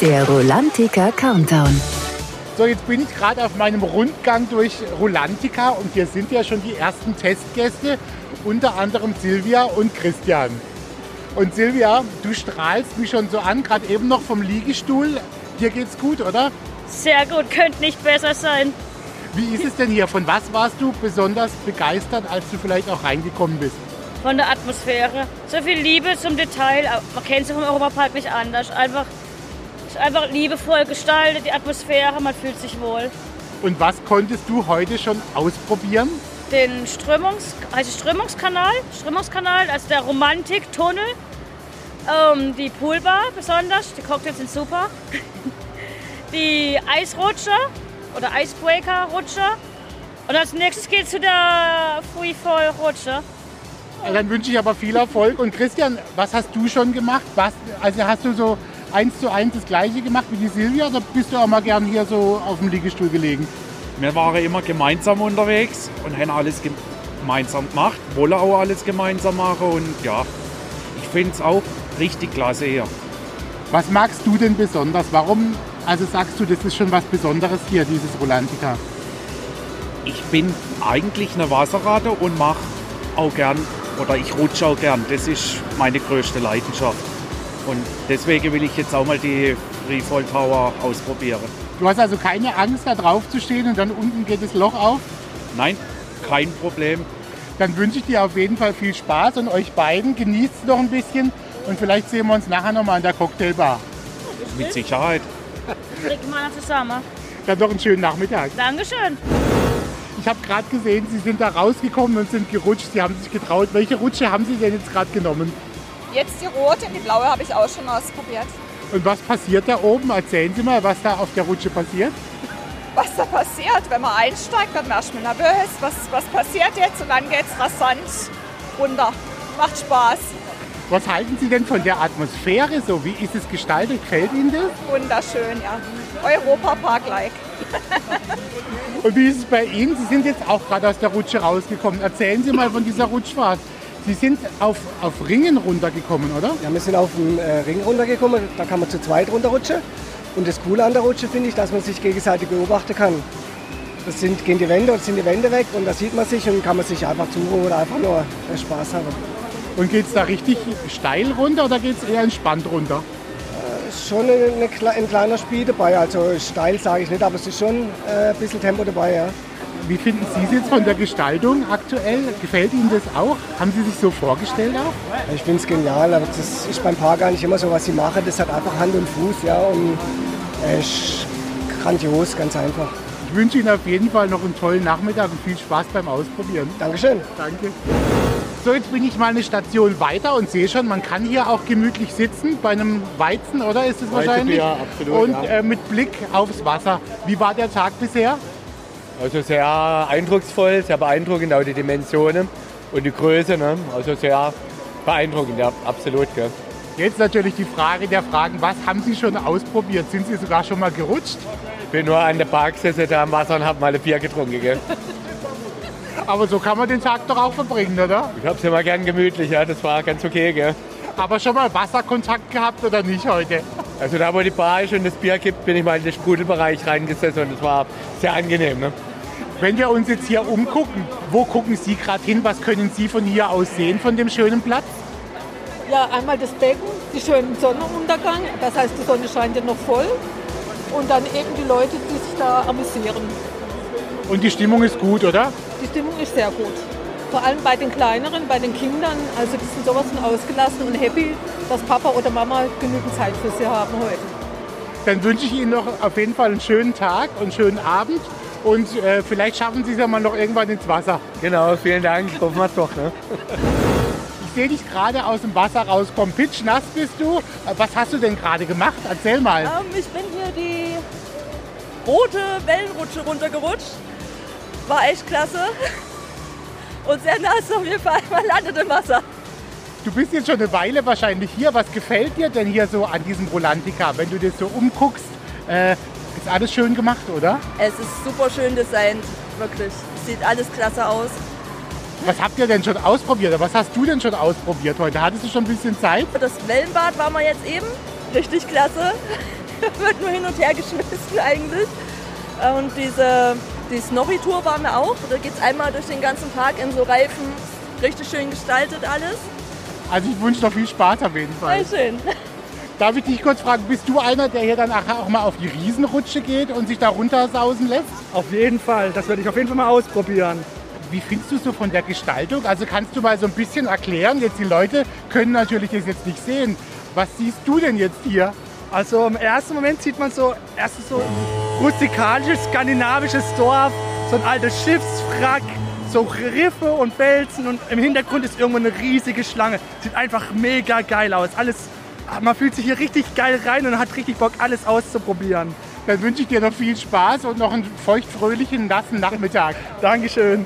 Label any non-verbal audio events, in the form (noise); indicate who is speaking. Speaker 1: Der Rolantica Countdown.
Speaker 2: So, jetzt bin ich gerade auf meinem Rundgang durch Rolantica und hier sind ja schon die ersten Testgäste, unter anderem Silvia und Christian. Und Silvia, du strahlst mich schon so an, gerade eben noch vom Liegestuhl. Dir geht's gut, oder?
Speaker 3: Sehr gut, könnte nicht besser sein.
Speaker 2: Wie ist es denn hier? Von was warst du besonders begeistert, als du vielleicht auch reingekommen bist?
Speaker 3: Von der Atmosphäre. So viel Liebe zum Detail. aber Man kennt sie vom Europapark nicht anders. Einfach, ist einfach liebevoll gestaltet, die Atmosphäre, man fühlt sich wohl.
Speaker 2: Und was konntest du heute schon ausprobieren?
Speaker 3: Den Strömungs, heißt es Strömungskanal, Strömungskanal, also der Romantiktunnel. Ähm, die Poolbar besonders, die Cocktails sind super. (laughs) Die Eisrutscher oder Icebreaker-Rutscher. Und als nächstes geht es zu der Freefall-Rutsche.
Speaker 2: Dann wünsche ich aber viel Erfolg. Und Christian, was hast du schon gemacht? Was, also hast du so eins zu eins das gleiche gemacht wie die Silvia oder bist du auch mal gern hier so auf dem Liegestuhl gelegen?
Speaker 4: Wir waren immer gemeinsam unterwegs und haben alles gem- gemeinsam gemacht, wollen auch alles gemeinsam machen und ja, ich finde es auch richtig klasse hier.
Speaker 2: Was magst du denn besonders? Warum, also sagst du, das ist schon was Besonderes hier, dieses Rolantica?
Speaker 4: Ich bin eigentlich eine Wasserrate und mache auch gern oder ich rutsche auch gern. Das ist meine größte Leidenschaft. Und deswegen will ich jetzt auch mal die Freefall Tower ausprobieren.
Speaker 2: Du hast also keine Angst, da drauf zu stehen und dann unten geht das Loch auf.
Speaker 4: Nein, kein Problem.
Speaker 2: Dann wünsche ich dir auf jeden Fall viel Spaß und euch beiden genießt noch ein bisschen und vielleicht sehen wir uns nachher nochmal an der Cocktailbar.
Speaker 4: Mit Sicherheit.
Speaker 3: Trinken wir noch zusammen.
Speaker 2: Dann noch einen schönen Nachmittag.
Speaker 3: Dankeschön.
Speaker 2: Ich habe gerade gesehen, Sie sind da rausgekommen und sind gerutscht. Sie haben sich getraut. Welche Rutsche haben Sie denn jetzt gerade genommen?
Speaker 5: Jetzt die rote, die blaue habe ich auch schon ausprobiert.
Speaker 2: Und was passiert da oben? Erzählen Sie mal, was da auf der Rutsche passiert.
Speaker 5: Was da passiert, wenn man einsteigt, dann wärst du nervös. Was, was passiert jetzt? Und dann geht's rasant runter. Macht Spaß.
Speaker 2: Was halten Sie denn von der Atmosphäre so? Wie ist es gestaltet? Gefällt Ihnen das?
Speaker 5: Wunderschön, ja. Europapark-like.
Speaker 2: Und wie ist es bei Ihnen? Sie sind jetzt auch gerade aus der Rutsche rausgekommen. Erzählen Sie mal von dieser Rutschfahrt. Sie sind auf, auf Ringen runtergekommen, oder?
Speaker 6: Ja, wir sind auf den äh, Ring runtergekommen, da kann man zu zweit runterrutschen. Und das Coole an der Rutsche finde ich, dass man sich gegenseitig beobachten kann. Das sind, gehen die Wände und sind die Wände weg und da sieht man sich und kann man sich einfach zuhören oder einfach nur äh, Spaß haben.
Speaker 2: Und geht es da richtig steil runter oder geht es eher entspannt runter?
Speaker 6: Ist schon eine, eine, kle- ein kleiner Spiel dabei, also steil sage ich nicht, aber es ist schon äh, ein bisschen Tempo dabei. Ja.
Speaker 2: Wie finden Sie es jetzt von der Gestaltung aktuell? Gefällt Ihnen das auch? Haben Sie sich so vorgestellt auch?
Speaker 6: Ich finde es genial, aber das ist beim Park gar nicht immer so, was sie machen. Das hat einfach Hand und Fuß ja, und äh, ist grandios, ganz einfach.
Speaker 2: Ich wünsche Ihnen auf jeden Fall noch einen tollen Nachmittag und viel Spaß beim Ausprobieren.
Speaker 6: Dankeschön.
Speaker 2: Danke. So, jetzt bin ich mal eine Station weiter und sehe schon, man kann hier auch gemütlich sitzen bei einem Weizen, oder ist es wahrscheinlich?
Speaker 7: Bier, absolut,
Speaker 2: Und
Speaker 7: ja.
Speaker 2: äh, mit Blick aufs Wasser. Wie war der Tag bisher?
Speaker 7: Also sehr eindrucksvoll, sehr beeindruckend, auch die Dimensionen und die Größe. Ne? Also sehr beeindruckend, ja, absolut. Gell?
Speaker 2: Jetzt natürlich die Frage der Fragen, was haben Sie schon ausprobiert? Sind Sie sogar schon mal gerutscht?
Speaker 7: Bin nur an der Parksitze da am Wasser und habe mal ein Bier getrunken. Gell?
Speaker 2: Aber so kann man den Tag doch auch verbringen, oder?
Speaker 7: Ich habe es immer gern gemütlich, ja, das war ganz okay. Gell?
Speaker 2: Aber schon mal Wasserkontakt gehabt oder nicht heute?
Speaker 7: Also da, wo die Bar ist und das Bier gibt, bin ich mal in den Sprudelbereich reingesessen und es war sehr angenehm. Ne?
Speaker 2: Wenn wir uns jetzt hier umgucken, wo gucken Sie gerade hin? Was können Sie von hier aus sehen, von dem schönen Platz?
Speaker 8: Ja, einmal das Becken, die schönen Sonnenuntergang, das heißt, die Sonne scheint ja noch voll. Und dann eben die Leute, die sich da amüsieren.
Speaker 2: Und die Stimmung ist gut, oder?
Speaker 8: Die Stimmung ist sehr gut. Vor allem bei den Kleineren, bei den Kindern, also die sind sowas von ausgelassen und happy, dass Papa oder Mama genügend Zeit für sie haben heute.
Speaker 2: Dann wünsche ich Ihnen noch auf jeden Fall einen schönen Tag und einen schönen Abend. Und äh, vielleicht schaffen Sie es ja mal noch irgendwann ins Wasser.
Speaker 7: Genau, vielen Dank, hoffen wir es doch. Ne?
Speaker 2: Ich sehe dich gerade aus dem Wasser rauskommen. Pitschnass bist du. Was hast du denn gerade gemacht? Erzähl mal.
Speaker 9: Ähm, ich bin hier die rote Wellenrutsche runtergerutscht. War echt klasse. (laughs) Und sehr nass auf jeden Fall. Man landet im Wasser.
Speaker 2: Du bist jetzt schon eine Weile wahrscheinlich hier. Was gefällt dir denn hier so an diesem Rolantica? Wenn du dir so umguckst, äh, ist alles schön gemacht, oder?
Speaker 9: Es ist super schön designt. Wirklich. Sieht alles klasse aus.
Speaker 2: Was habt ihr denn schon ausprobiert? Oder Was hast du denn schon ausprobiert heute? Hattest du schon ein bisschen Zeit?
Speaker 9: Das Wellenbad war mal jetzt eben. Richtig klasse. (laughs) wird nur hin und her geschmissen eigentlich. Und diese, die Snorri-Tour waren wir auch. Da geht es einmal durch den ganzen Park in so Reifen. Richtig schön gestaltet alles.
Speaker 2: Also ich wünsche noch viel Spaß auf jeden Fall.
Speaker 9: Sehr schön.
Speaker 2: Darf ich dich kurz fragen, bist du einer, der hier dann nachher auch mal auf die Riesenrutsche geht und sich da runtersausen lässt?
Speaker 10: Auf jeden Fall, das werde ich auf jeden Fall mal ausprobieren.
Speaker 2: Wie findest du es so von der Gestaltung? Also kannst du mal so ein bisschen erklären, jetzt die Leute können natürlich das jetzt nicht sehen. Was siehst du denn jetzt hier?
Speaker 10: Also im ersten Moment sieht man so, erstens so ein rustikalisches skandinavisches Dorf, so ein altes Schiffswrack, so Riffe und Felsen und im Hintergrund ist irgendwo eine riesige Schlange. Sieht einfach mega geil aus. Alles, man fühlt sich hier richtig geil rein und hat richtig Bock, alles auszuprobieren.
Speaker 2: Dann wünsche ich dir noch viel Spaß und noch einen feuchtfröhlichen, nassen Nachmittag.
Speaker 10: Dankeschön.